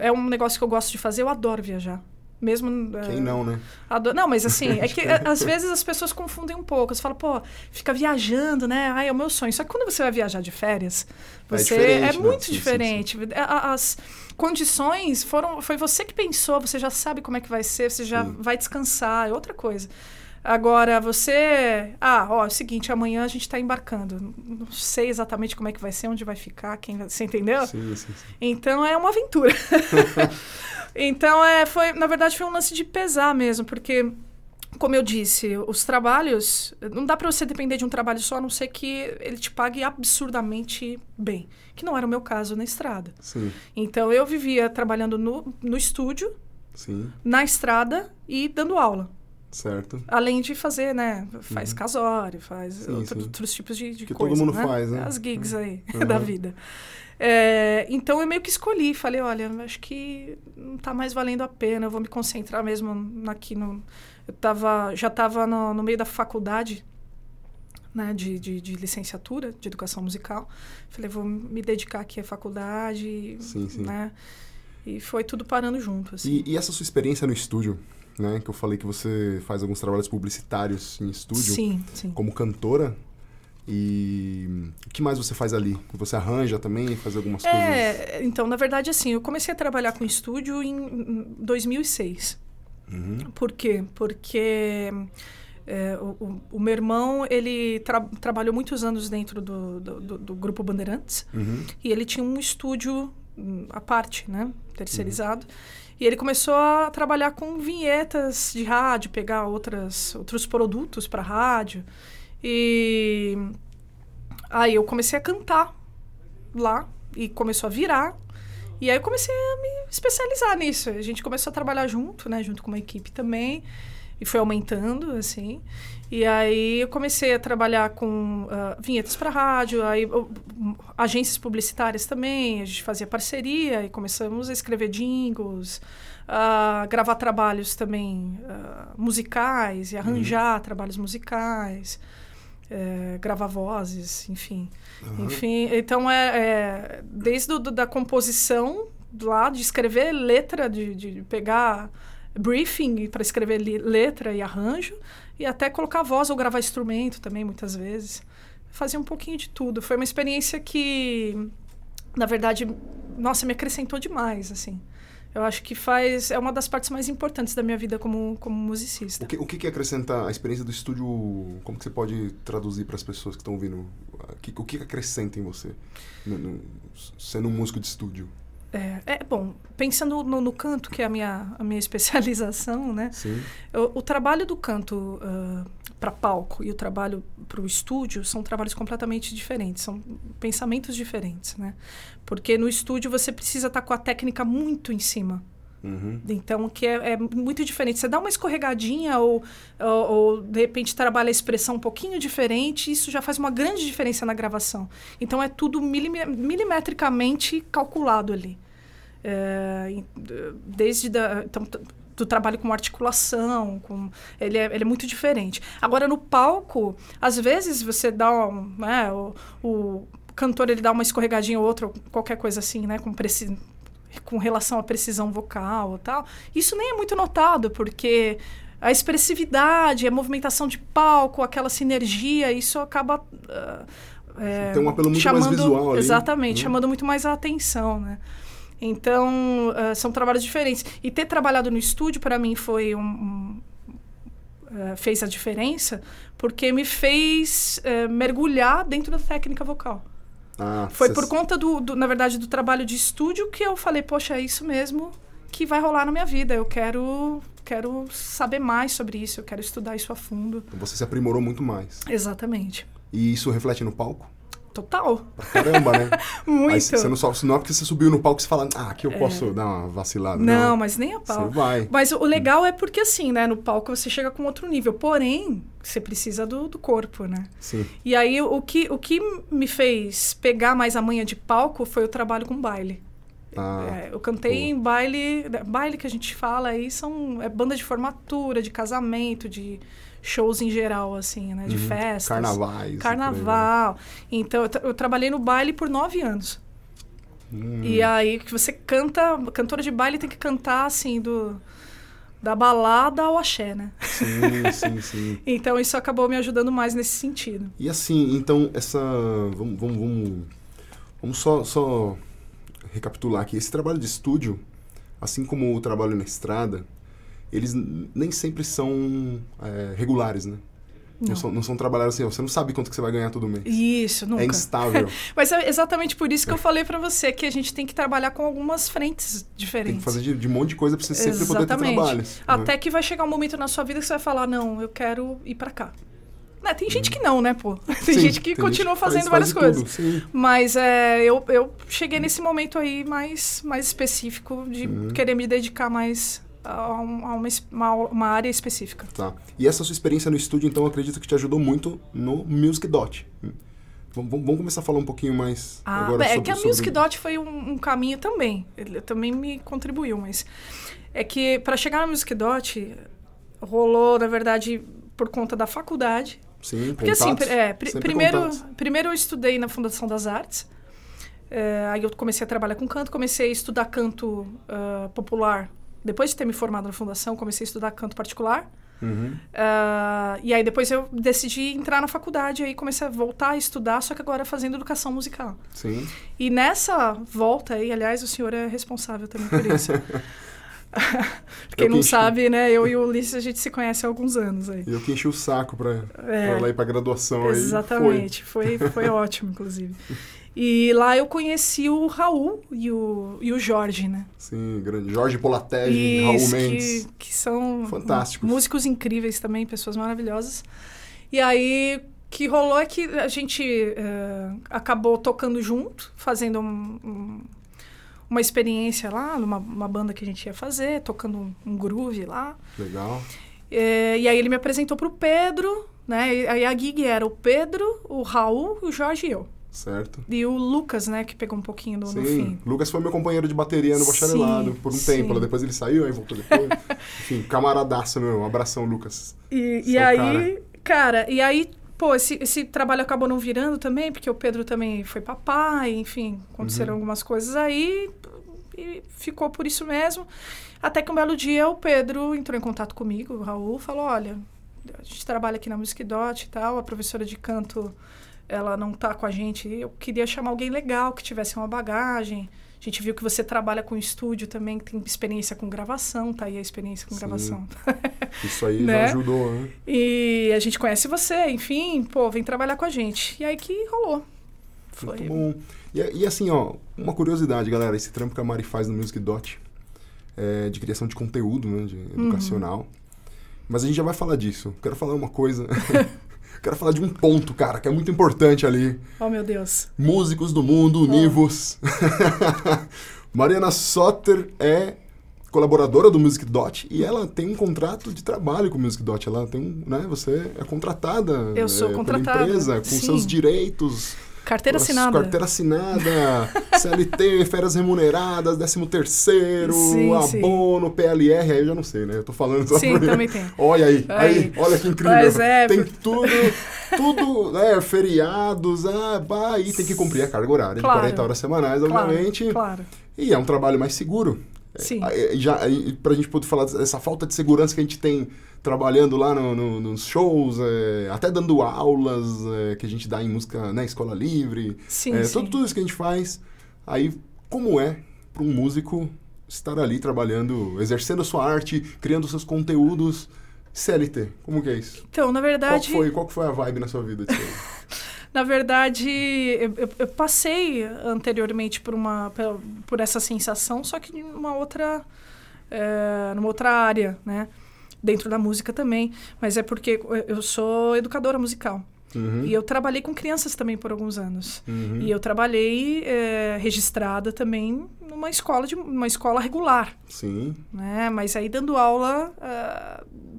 é um negócio que eu gosto de fazer, eu adoro viajar. Mesmo. Quem eh, não, né? Ado- Não, mas assim, é que é, às vezes as pessoas confundem um pouco. Você fala, pô, fica viajando, né? Ai, é o meu sonho. Só que quando você vai viajar de férias, É você é, diferente, né? muito Sim, sim, diferente. A- a- As condições foram. Foi você que pensou, você já sabe como é que vai ser, você já Sim. vai descansar, é outra coisa. Agora, você. Ah, ó, é o seguinte, amanhã a gente tá embarcando. Não sei exatamente como é que vai ser, onde vai ficar, quem vai. Você entendeu? Sim, sim, sim. Então é uma aventura. então é, foi, na verdade, foi um lance de pesar mesmo, porque como eu disse, os trabalhos não dá pra você depender de um trabalho só, a não ser que ele te pague absurdamente bem, que não era o meu caso na estrada. Sim, Então eu vivia trabalhando no, no estúdio, sim. na estrada e dando aula. Certo. Além de fazer, né? Faz casório, faz Uhum. Sim, outro- sim. outros tipos de, de Que todo coisa. mundo faz, né? As gigs aí Uhum. da vida. É, então eu meio que escolhi, falei, olha, acho que não tá mais valendo a pena, eu vou me concentrar mesmo aqui no. Eu tava, já estava no, no meio da faculdade né, de, de, de licenciatura de educação musical. Falei, vou me dedicar aqui à faculdade, Sim, sim. né? E foi tudo parando junto. Assim. E, e essa sua experiência no estúdio, né? Que eu falei que você faz alguns trabalhos publicitários em estúdio Sim, sim. como cantora. E o que mais você faz ali? Você arranja também, faz algumas coisas. É, então, na verdade, assim, eu comecei a trabalhar com estúdio em em 2006. Uhum. Por quê? Porque é, o, o- o meu irmão, ele tra- trabalhou muitos anos dentro do, do- do- do Grupo Bandeirantes Uhum. e ele tinha um estúdio hum, à parte, né? Terceirizado. E ele começou a trabalhar com vinhetas de rádio, pegar outras, outros produtos para rádio. E aí eu comecei a cantar lá e começou a virar. E aí eu comecei a me especializar nisso. A gente começou a trabalhar junto, né? Junto com uma equipe também. E foi aumentando, assim. E aí eu comecei a trabalhar com ah, vinhetas para rádio, aí eu- hum, agências publicitárias também, a gente fazia parceria e começamos a escrever jingles, a gravar trabalhos também ah, musicais e arranjar trabalhos musicais. eh, gravar vozes, enfim. Enfim, então é, é, desde o, do- da composição lá, de escrever letra, de, de pegar briefing para escrever li- letra e arranjo, e até colocar voz ou gravar instrumento também, muitas vezes. Fazia um pouquinho de tudo. Foi uma experiência que, na verdade, nossa, me acrescentou demais, assim. Eu acho que faz é uma das partes mais importantes da minha vida como, como musicista. O que, o que que acrescenta a experiência do estúdio? Como que você pode traduzir para as pessoas que estão ouvindo? O que, o que que acrescenta em você, no- no- sendo um músico de estúdio? É, é, bom, pensando no, no canto, que é a minha, a minha especialização, né? Sim. O, o trabalho do canto para palco e o trabalho para o estúdio são trabalhos completamente diferentes, são pensamentos diferentes, né? Porque no estúdio você precisa estar com a técnica muito em cima. Uhum. Então, o que é, é muito diferente. Você dá uma escorregadinha ou, ou, ou, de repente, trabalha a expressão um pouquinho diferente, isso já faz uma grande diferença na gravação. Então, é tudo milime- milimetricamente calculado ali. É, em- de- desde da, então, t- do trabalho com articulação, com, ele, é, ele é muito diferente. Agora, no palco, às vezes você dá um, né, o, o cantor ele dá uma escorregadinha ou outra, ou qualquer coisa assim, né, com preci- com relação à precisão vocal e tal. Isso nem é muito notado, porque a expressividade, a movimentação de palco, aquela sinergia, isso acaba. ah, é, Tem um apelo muito mais visual ali, Exatamente, né? chamando muito mais a atenção, né? Então, ah, são trabalhos diferentes. E ter trabalhado no estúdio, para mim, foi um- um. ah, fez a diferença porque me fez eh, mergulhar dentro da técnica vocal. Ah, Foi cês- por conta do, do- na verdade, do trabalho de estúdio que eu falei, poxa, é isso mesmo que vai rolar na minha vida. Eu quero, quero saber mais sobre isso, eu quero estudar isso a fundo. Você se aprimorou muito mais. Exatamente. E isso reflete no palco? Total. Pra caramba, né? Aí Muito. É. Você não, só, não é porque você subiu no palco e você fala, ah, aqui eu posso dar uma vacilada. não, mas nem a pau. Você vai. Mas o legal é porque, assim, né? No palco você chega com outro nível. Porém, você precisa do, do corpo, né? Sim. E aí, o que, o que me fez pegar mais a manha de palco foi o trabalho com baile. Ah, É, eu cantei em baile, né, baile que a gente fala aí são é banda de formatura, de casamento, de shows em geral assim, né, de uhum. festas, Carnavais. e por aí vai. carnaval. Então eu, tra- eu trabalhei no baile por nove anos. Hum, E aí que você canta, cantora de baile tem que cantar assim do da balada ao axé, né? sim, sim, sim. Então isso acabou me ajudando mais nesse sentido. E assim, então, essa. Vamos, vamos, vamos, vamos só, só recapitular aqui. Esse trabalho de estúdio, assim como o trabalho na estrada, eles n- nem sempre são é, regulares, né? Não, Não. são, não são trabalhados assim, ó, você não sabe quanto que você vai ganhar todo mês. Isso, nunca. É instável. Mas é exatamente por isso que eu falei pra você que a gente tem que trabalhar com algumas frentes diferentes. Tem que fazer de, de um monte de coisa pra você sempre poder ter Exatamente. trabalhos. né? Até que vai chegar um momento na sua vida que você vai falar, não, eu quero ir pra cá. Né, tem gente que não, né, pô? Tem Uhum. Sim, gente que continua faz- fazendo faz várias de coisas. tudo, sim. Mas é, eu, eu cheguei nesse momento aí mais, mais específico de querer me dedicar mais a, um- a uma, es- uma, uma área específica. Tá. E essa sua experiência no estúdio, então, eu acredito que te ajudou muito no Music Dot. Hum. Vamos, vamos- vamos começar a falar um pouquinho mais Ah, agora é sobre... que a sobre- Music Dot foi um, um caminho também. Ele também me contribuiu, mas é que para chegar na Music Dot rolou, na verdade, por conta da faculdade. Sim, Porque assim, contatos, pri- é, pri- sempre primeiro, contatos. primeiro eu estudei na Fundação das Artes. É, aí eu comecei a trabalhar com canto, comecei a estudar canto ah, popular. Depois de ter me formado na fundação, comecei a estudar canto particular. Uhum. Ah, e aí depois eu decidi entrar na faculdade, aí comecei a voltar a estudar, só que agora fazendo educação musical. Sim. E nessa volta aí, aliás, o senhor é responsável também por isso. Quem Eu não que- sabe, né? Eu e o Ulisses, a gente se conhece há alguns anos aí. E eu que enchi o saco pra, É. pra lá ir pra graduação aí. Exatamente, foi, foi ótimo, inclusive. E lá eu conheci o Raul e o, e o Jorge, né? Foi. Sim, grande. Jorge Polategi, É, Raul Isso, Mendes. que, que são Fantásticos. músicos incríveis também, pessoas maravilhosas. E aí, o que rolou é que a gente eh, acabou tocando junto, fazendo um- um- uma experiência lá, numa uma banda que a gente ia fazer, tocando um, um groove lá. Legal. Eh, e aí ele me apresentou pro Pedro, né? E aí a gig era o Pedro, o Raul, o Jorge e eu. Certo. E o Lucas, né, que pegou um pouquinho no, Sim. no fim. Lucas foi meu companheiro de bateria no Sim, bacharelado por um sim. tempo. Depois ele saiu, aí voltou depois. Enfim, camaradaça, meu. Um abração, Lucas. E, e Seu aí, cara. e aí, pô, esse, esse trabalho acabou não virando também, porque o Pedro também foi papai, enfim, Uhum. aconteceram algumas coisas aí e ficou por isso mesmo. Até que um belo dia o Pedro entrou em contato comigo, o Raul, falou: olha, a gente trabalha aqui na Music Dot e tal, a professora de canto ela não tá com a gente, eu queria chamar alguém legal que tivesse uma bagagem. A gente viu que você trabalha com estúdio também, que tem experiência com gravação, tá aí a experiência com Sim. gravação. Isso aí Né? já ajudou, né? E a gente conhece você, enfim, pô, vem trabalhar com a gente. E aí que rolou. Foi. Muito bom. E, e assim, ó, uma curiosidade, galera, esse trampo que a Mari faz no Music Dot é de criação de conteúdo, né, de Uhum. educacional. Mas a gente já vai falar disso. Quero falar uma coisa. Quero falar de um ponto, cara, que é muito importante ali. Oh, meu Deus. Músicos do mundo, univos. Mariana Sotter é colaboradora do Music Dot e ela tem um contrato de trabalho com o Music Dot. Ela tem um, né, você é contratada Eu sou é, pela contratada, empresa com sim. seus direitos. Carteira Nossa, assinada. Carteira assinada, CLT, férias remuneradas, 13 terceiro, Sim, sim. abono, PLR, aí eu já não sei, né? Eu tô falando só Sim, por- também tem. Olha aí, aí, Aí. olha que incrível. Pois é, tem tudo, tudo, né? Feriados, ah, bah, e tem que cumprir a carga horária Claro. de 40 horas semanais, obviamente. Claro, claro. E é um trabalho mais seguro. Sim. Aí, Já, aí, pra gente poder falar dessa falta de segurança que a gente tem trabalhando lá no- no- nos shows, é, até dando aulas é, que a gente dá em música, né, escola livre. Sim, é, sim. Tudo, tudo isso que a gente faz. Aí, como é para um músico estar ali trabalhando, exercendo a sua arte, criando seus conteúdos CLT? Como que é isso? Então, na Qual verdade, que foi, qual que foi a vibe na sua vida disso aí? na verdade, eu, eu- eu passei anteriormente por uma pel- por, essa sensação, só que numa outra é, numa outra área, né? Dentro da música também, mas é porque eu- eu sou educadora musical. Uhum, E eu trabalhei com crianças também por alguns anos. uhum. E eu trabalhei eh, registrada também numa escola de uma escola regular, Sim, né? Mas aí dando aula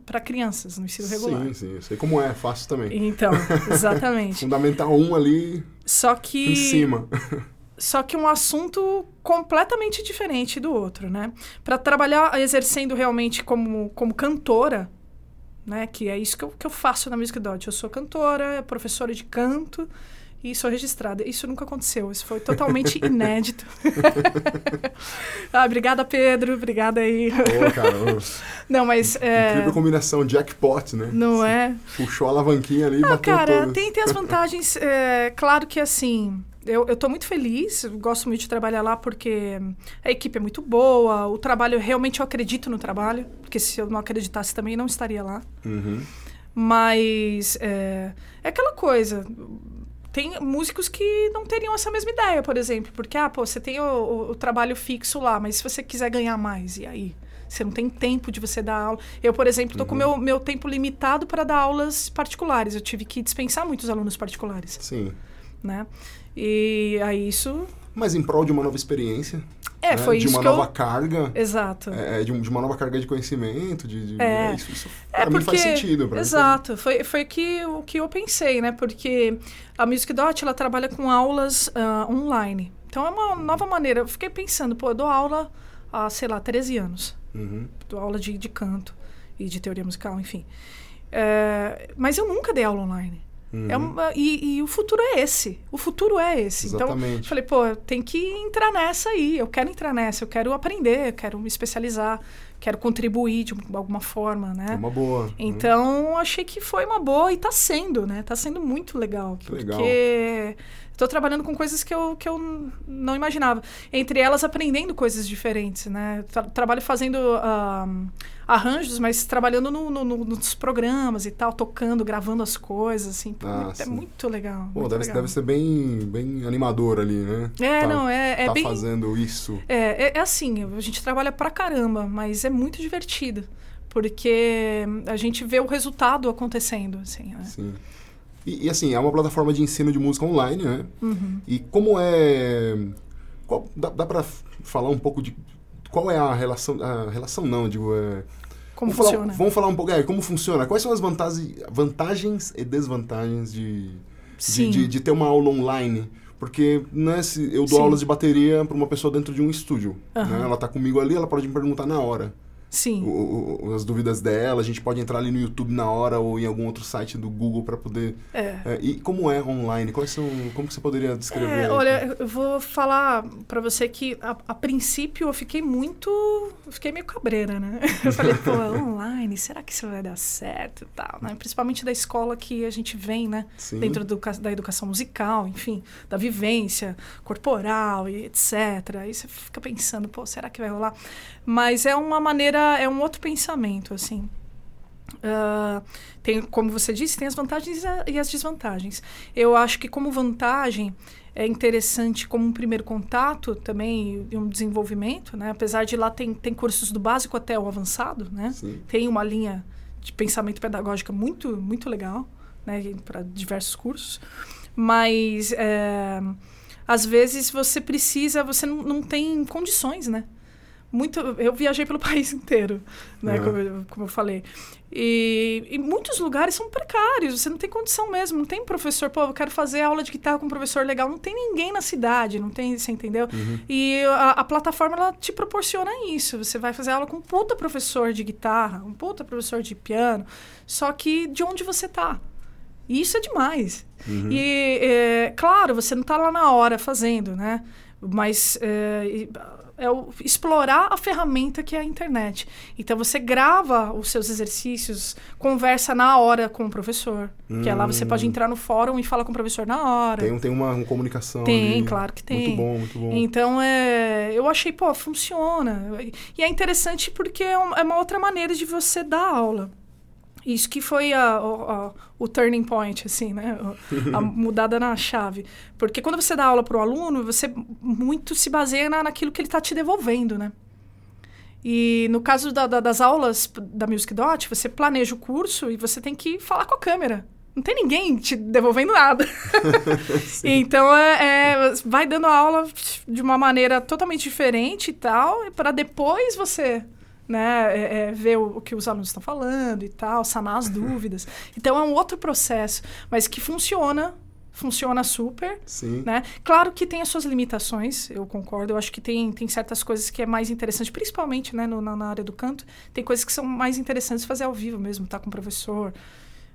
para crianças no ensino regular. sim, sim. Eu sei como é, faço também. Então, exatamente. Fundamental 1 ali Só que em cima. só que um assunto completamente diferente do outro, né? Para trabalhar exercendo realmente como, como cantora, né? Que é isso que eu, que eu faço na Music Dot. Eu sou cantora, é professora de canto e sou registrada. Isso nunca aconteceu, isso foi totalmente inédito. ah, obrigada, Pedro. Obrigada aí. Pô, cara, ô, Não, mas. é, É incrível combinação, jackpot, né? não é? Puxou a alavanquinha ali e Ah, bateu cara, todas. tem, tem as vantagens. é, claro que assim, eu, eu tô muito feliz, eu gosto muito de trabalhar lá porque a equipe é muito boa, o trabalho, realmente eu acredito no trabalho, porque se eu não acreditasse também não estaria lá. Uhum. Mas é, é aquela coisa. Tem músicos que não teriam essa mesma ideia, por exemplo, porque, ah, pô, você tem o, o- o trabalho fixo lá, mas se você quiser ganhar mais, e aí? Você não tem tempo de você dar aula. Eu, por exemplo, Uhum. tô com meu, meu tempo limitado para dar aulas particulares. Eu tive que dispensar muitos alunos particulares, Sim. né? E aí isso mas em prol de uma nova experiência. É, né? foi de isso uma que eu- nova carga. Exato. É, de, um- de uma nova carga de conhecimento, de, de- É. isso, isso pra mim faz sentido. Pra mim faz- Exato, foi, foi que, o que eu pensei, né? Porque a Music Dot ela trabalha com aulas ah, online. Então é uma nova maneira. Eu fiquei pensando, pô, eu dou aula há, sei lá, 13 anos. Uhum. Dou aula de, de canto e de teoria musical, enfim. É, mas eu nunca dei aula online. uhum. É uma- e, e o futuro é esse. O futuro é esse. Então, eu Exatamente. falei, pô, tem que entrar nessa aí. Eu quero entrar nessa, eu quero aprender, eu quero me especializar, quero contribuir de alguma forma, né? É uma boa. né? Então, achei que foi uma boa e tá sendo, né? Tá sendo muito legal. Que porque legal. tô trabalhando com coisas que eu, que eu n- não imaginava. Entre elas, aprendendo coisas diferentes, né? Tra- trabalho fazendo ah, arranjos, mas trabalhando no- no- no- nos programas e tal, tocando, gravando as coisas, assim. Pô, Ah, muito- é sim. muito legal. Pô, muito deve, legal. deve ser bem, bem animador ali, né? É, Tá- não, é, é tá bem. fazendo isso. É, é, é assim, a gente trabalha pra caramba, mas é muito divertido. Porque a gente vê o resultado acontecendo, assim, né? Sim. E, e, assim, é uma plataforma de ensino de música online, né? Uhum. E como é. qual- dá, dá pra f- falar um pouco de. Qual é a relação. A relação não, digo. É, Como vamos funciona? Falar, vamos falar um pouco. É, como funciona? Quais são as vantagens, vantagens e desvantagens de, de, Sim. de, de ter uma aula online? Porque né, se eu dou Sim. aulas de bateria pra uma pessoa dentro de um estúdio. Aham. né? Ela tá comigo ali, ela pode me perguntar na hora. Sim. o- o- as dúvidas dela, a gente pode entrar ali no YouTube na hora ou em algum outro site do Google para poder. É. É, e como é online? Quais são, como que você poderia descrever? É, aí? olha, eu vou falar pra você que a, a princípio eu fiquei muito. eu Fiquei meio cabreira, né? Eu falei, pô, online, será que isso vai dar certo e tal, né? Principalmente da escola que a gente vem, né? Sim. Dentro do ca- da educação musical, enfim, da vivência corporal e etc. Aí você fica pensando, pô, será que vai rolar? Mas é uma maneira, é um outro pensamento, assim. Ah, tem, como você disse, tem as vantagens e a- e as desvantagens. Eu acho que como vantagem é interessante como um primeiro contato também e um desenvolvimento, né? Apesar de lá tem, tem cursos do básico até o avançado, né? Sim. Tem uma linha de pensamento pedagógica muito, muito legal, né? Para diversos cursos. Mas é, às vezes você precisa, você não, não tem condições, né? Muito, eu viajei pelo país inteiro, né? Uhum. Como, eu, como eu falei. E, e muitos lugares são precários, você não tem condição mesmo, não tem professor, pô, eu quero fazer aula de guitarra com um professor legal, não tem ninguém na cidade, não tem, você entendeu? E a, a plataforma, ela te proporciona isso, você vai fazer aula com um puta professor de guitarra, um puta professor de piano, só que de onde você tá? E isso é demais. Uhum. E, é, claro, você não está lá na hora fazendo, né? Mas é, e- é o- explorar a ferramenta que é a internet. Então, você grava os seus exercícios, conversa na hora com o professor. Que é lá você Hum. pode entrar no fórum e falar com o professor na hora. Tem, tem uma, uma comunicação. Tem, ali. claro que tem. Muito bom, muito bom. Então, é, eu achei, pô, funciona. E é interessante porque é um- é uma outra maneira de você dar aula. Isso que foi a- o- a- o turning point, assim, né? O- A mudada na chave. Porque quando você dá aula para o aluno, você muito se baseia na, naquilo que ele está te devolvendo, né? E no caso da- da- das aulas p- da Music Dot, você planeja o curso e você tem que falar com a câmera. Não tem ninguém te devolvendo nada. então, é, é, vai dando a aula de uma maneira totalmente diferente e tal, para depois você né, é, é, ver o, o que os alunos estão falando e tal, sanar as dúvidas. Então, é um outro processo, mas que funciona, funciona super Sim. né? Claro que tem as suas limitações, eu concordo. Eu acho que tem, tem certas coisas que é mais interessante, principalmente né, no- na, na área do canto. Tem coisas que são mais interessantes fazer ao vivo mesmo, tá com o professor.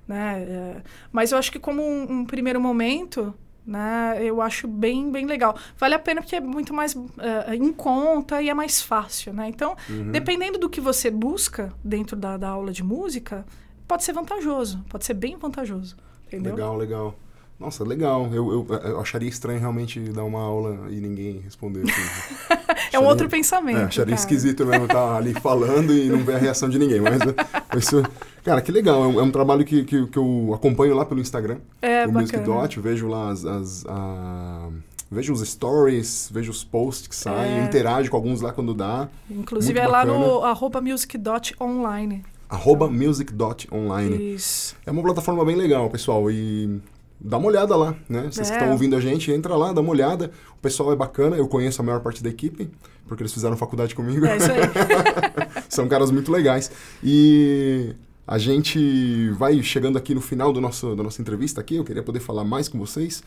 Né? É, Mas eu acho que como um, um primeiro momento, né, eu acho bem, bem legal. Vale a pena porque é muito mais eh, em conta e é mais fácil. Né? Então, Uhum. dependendo do que você busca dentro da, da aula de música, pode ser vantajoso, pode ser bem vantajoso. Entendeu? Legal, legal. Nossa, legal. Eu, eu, eu acharia estranho realmente dar uma aula e ninguém responder. assim. É um Acharia- outro pensamento. É, acharia cara. esquisito mesmo estar ali falando e não ver a reação de ninguém. Mas é, isso, cara, que legal. É um, é um trabalho que, que, que eu acompanho lá pelo Instagram. É, o bacana. Music Dot, eu vejo lá as. as- a- Vejo os stories, vejo os posts que saem, É. interajo com alguns lá quando dá. Inclusive Muito é lá no bacana. arroba music.online. Arroba music.online. Isso. É uma plataforma bem legal, pessoal. E dá uma olhada lá, né? Vocês que É. estão ouvindo a gente, entra lá, dá uma olhada. O pessoal é bacana, eu conheço a maior parte da equipe, porque eles fizeram faculdade comigo. É isso aí. São caras muito legais. E a gente vai chegando aqui no final do nosso, da nossa entrevista aqui. Eu queria poder falar mais com vocês,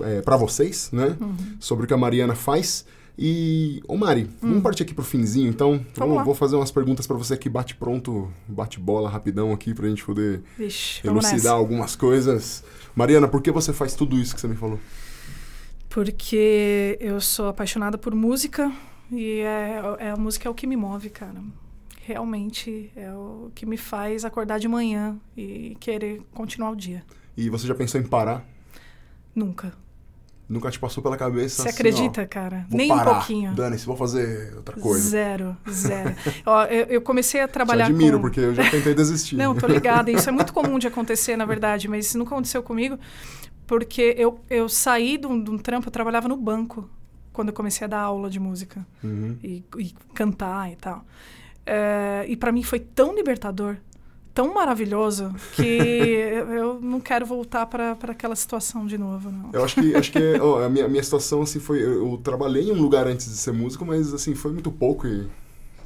é, para vocês, né? Uhum. Sobre o que a Mariana faz. E, ô Mari, vamos partir aqui pro finzinho, então. Hum. Vamos Vou, lá. vou fazer umas perguntas para você aqui, bate pronto, bate bola rapidão aqui, pra gente poder Vixe, vamos elucidar nessa. algumas coisas. Mariana, por que você faz tudo isso que você me falou? Porque eu sou apaixonada por música e é, é a música é o que me move, cara. Realmente é o que me faz acordar de manhã e querer continuar o dia. E você já pensou em parar? Nunca. Nunca te passou pela cabeça? Você assim, acredita, ó, cara? vou Nem parar. um pouquinho. Dane-se, vou fazer outra coisa. Zero, zero. Ó, eu, eu comecei a Te trabalhar admiro, com... porque eu já tentei desistir. Não, tô ligada. Isso é muito comum de acontecer, na verdade, mas isso nunca aconteceu comigo, porque eu, eu saí de um, de um trampo, eu trabalhava no banco quando eu comecei a dar aula de música Uhum. e, e cantar e tal. É, e para mim foi tão libertador, tão maravilhoso, que eu eu não quero voltar para aquela situação de novo, não. Eu acho que, acho que ó, a, minha, a minha situação, assim, foi... Eu, eu trabalhei em um lugar antes de ser músico, mas, assim, foi muito pouco e...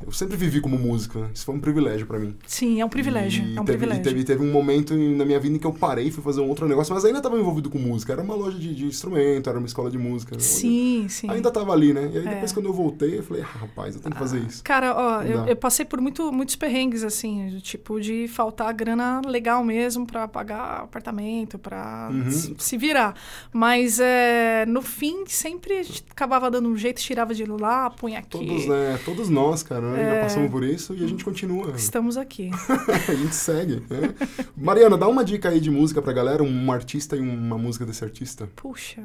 Eu sempre vivi como músico, né? Isso foi um privilégio pra mim. Sim, é um privilégio, E é um teve, privilégio. E teve, teve um momento em- na minha vida em que eu parei e fui fazer um outro negócio, mas ainda estava envolvido com música. Era uma loja de, de instrumento, era uma escola de música. né? Sim, sim. Ainda tava ali, né? E aí É. depois quando eu voltei, eu falei, ah, rapaz, eu tenho que fazer isso. Cara, ó, Não eu, dá. eu passei por muito, muitos perrengues, assim, do tipo de faltar grana legal mesmo pra pagar apartamento, pra Uhum. se, se virar. Mas é, no fim, sempre a gente acabava dando um jeito, tirava de lá, punha aqui. Todos, né? Todos nós, cara, né? já É. passamos por isso e a gente continua. Estamos aqui. a gente segue. né? Mariana, dá uma dica aí de música pra galera, um artista e uma música desse artista. Puxa,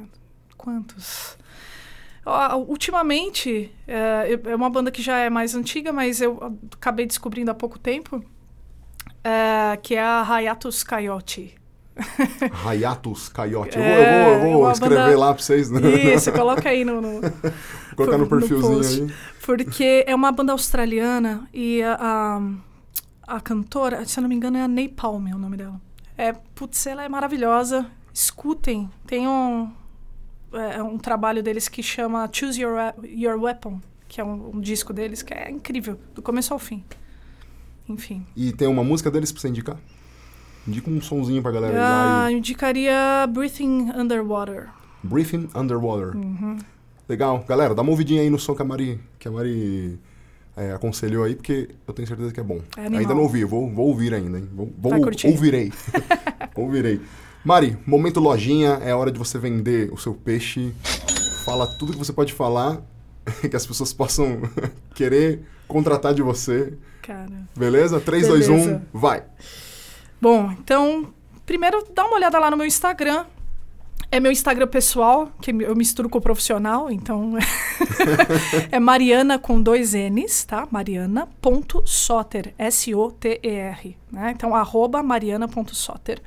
quantos? Ó, ultimamente, é, eu- é uma banda que já é mais antiga, mas eu acabei descobrindo há pouco tempo, é, que é a Hayatus Coyote. Rayatos Coyote. Eu vou, É, eu vou, eu vou uma escrever banda- lá pra vocês, né? Isso, coloca aí no- no, Colocar no no perfilzinho post. aí. Porque é uma banda australiana e a, a, a cantora, se eu não me engano, é a Napalm, é o nome dela. É, putz, ela é maravilhosa. Escutem, tem um, é, um trabalho deles que chama Choose Your, We- Your Weapon, que é um, um disco deles que é incrível, do começo ao fim. Enfim. E tem uma música deles pra você indicar? Indica um sonzinho pra galera Ah, lá. eu indicaria Breathing Underwater. E... Briefing Underwater. Uhum. Legal. Galera, dá uma ouvidinha aí no som que a Mari, que a Mari é, aconselhou aí, porque eu tenho certeza que é bom. É animal. ainda não ouvi, eu vou, vou ouvir ainda, hein? Vou, vou Vai curtir. ouvirei. ouvirei. Mari, momento lojinha, é hora de você vender o seu peixe. Fala tudo que você pode falar, que as pessoas possam querer contratar de você. Cara. Beleza? 3, 2, 1, Beleza. vai. Bom, então, primeiro dá uma olhada lá no meu Instagram. É meu Instagram pessoal, que eu misturo com o profissional, então é Mariana com dois N's, tá? Mariana.soter, S-O-T-E-R, né? Então, arroba mariana.soter.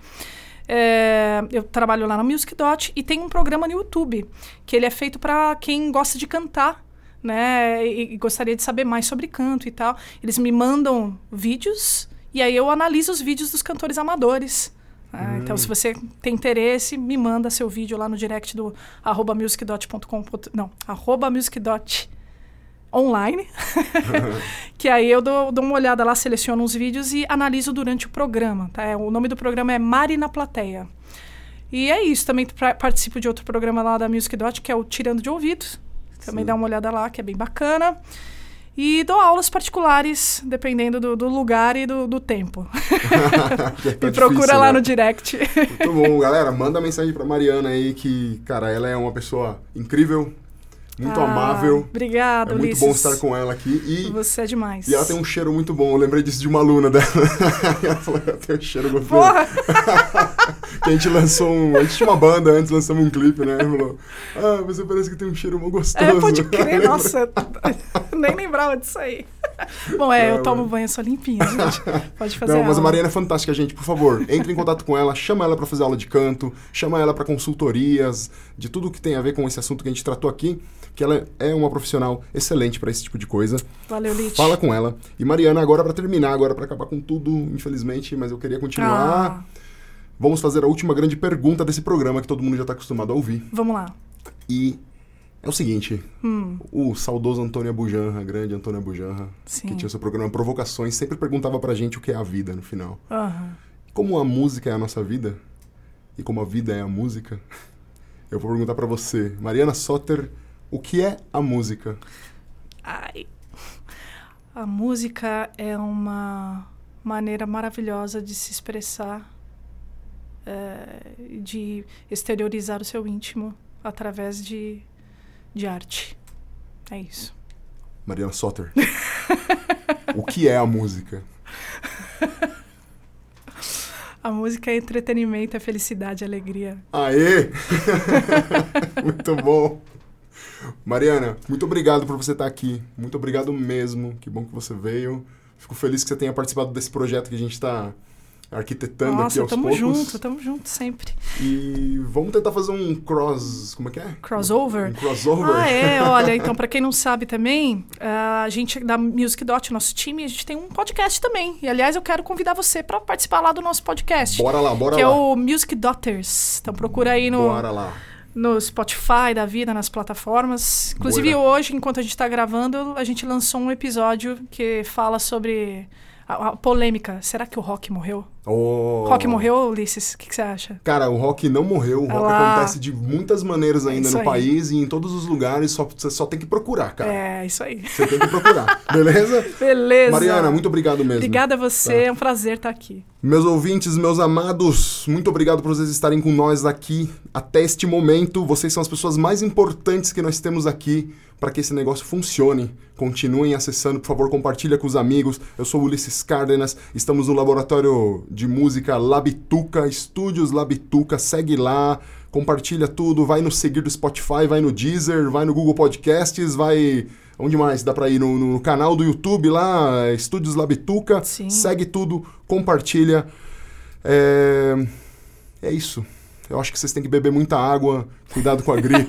É, eu trabalho lá na Music Dot e tem um programa no YouTube, que ele é feito para quem gosta de cantar, né? E, e gostaria de saber mais sobre canto e tal. Eles me mandam vídeos e aí eu analiso os vídeos dos cantores amadores. né? Então, se você tem interesse, me manda seu vídeo lá no direct do arroba musicdot.com. Não, arroba musicdot online. que aí eu dou, dou uma olhada lá, seleciono uns vídeos e analiso durante o programa. Tá? É, O nome do programa é Mari na Plateia. E é isso, também pra- participo de outro programa lá da Music Dot, que é o Tirando de Ouvidos. Também Sim. dá uma olhada lá, que é bem bacana. E dou aulas particulares, dependendo do, do lugar e do, do tempo. Tá Me procura difícil, lá né? no direct. Muito bom, galera. Manda mensagem pra Mariana aí que, cara, ela é uma pessoa incrível, muito Ah, amável. Obrigada, É muito Ulisses. bom estar com ela aqui. E, Você é demais. e ela tem um cheiro muito bom. Eu lembrei disso de uma aluna dela. ela falou ela tem um cheiro gostoso. Porra! Que a gente lançou um. A gente tinha uma banda antes, lançamos um clipe, né? Ela falou: Ah, você parece que tem um cheiro mó gostoso. É, pode crer, nossa. Nem lembrava disso aí. Bom, é, É, eu tomo mano. banho solimpinha, gente. Pode fazer Não, mas a aula. Mariana é fantástica, gente. Por favor, entre em contato com ela, chama ela pra fazer aula de canto, chama ela pra consultorias, de tudo que tem a ver com esse assunto que a gente tratou aqui, que ela é uma profissional excelente pra esse tipo de coisa. Valeu, Lite. Fala com ela. E Mariana, agora pra terminar, agora pra acabar com tudo, infelizmente, mas eu queria continuar. Ah, vamos fazer a última grande pergunta desse programa que todo mundo já está acostumado a ouvir. Vamos lá. Hum, E é o seguinte: o saudoso Antônio Bujanra, grande Antônio Bujanra, Sim. que tinha seu programa Provocações, sempre perguntava pra gente o que é a vida no final. Aham. Como a música é a nossa vida e como a vida é a música, eu vou perguntar pra você, Mariana Soter, o que é a música? Ai. A música é uma maneira maravilhosa de se expressar, eh, de exteriorizar o seu íntimo através de, de arte. É isso. Mariana Soter. o que é a música? A música é entretenimento, é felicidade, é alegria. Aê! muito bom. Mariana, muito obrigado por você estar aqui. Muito obrigado mesmo. Que bom que você veio. Fico feliz que você tenha participado desse projeto que a gente está arquitetando aqui Nossa, aos tamo poucos. junto, tamo junto sempre. E vamos tentar fazer um cross. Como é que é? Crossover? Um crossover? Ah, é, olha, então, pra quem não sabe também, ah, a gente da Music Dot, nosso time, a gente tem um podcast também. E, aliás, eu quero convidar você pra participar lá do nosso podcast. Bora lá, bora que é lá. o Music Daughters. Então procura aí no, Bora lá. no Spotify da vida, nas plataformas. Inclusive hoje, enquanto a gente está gravando, a gente lançou um episódio que fala sobre a, a polêmica. Será que o Rock morreu? Oh. Rock morreu, Ulisses? O que que você acha? Cara, o rock não morreu. O rock Olá. acontece de muitas maneiras ainda É Isso no aí. país e em todos os lugares. Só, você só tem que procurar, cara. É, isso aí. Você tem que procurar. Beleza? Beleza. Mariana, muito obrigado mesmo. Tá. Obrigada a você, é um prazer estar aqui. Meus ouvintes, meus amados, muito obrigado por vocês estarem com nós aqui até este momento. Vocês são as pessoas mais importantes que nós temos aqui para que esse negócio funcione. Continuem acessando, por favor, compartilha com os amigos. Eu sou Ulisses Cárdenas, estamos no laboratório de música Labituca, Estúdios Labituca. Segue lá, compartilha tudo, vai no seguir do Spotify, vai no Deezer, vai no Google Podcasts, vai Onde mais? Dá pra ir no, no canal do YouTube lá, Estúdios Labituca. Sim. Segue tudo, compartilha. É... é isso. Eu acho que vocês têm que beber muita água, cuidado com a gripe.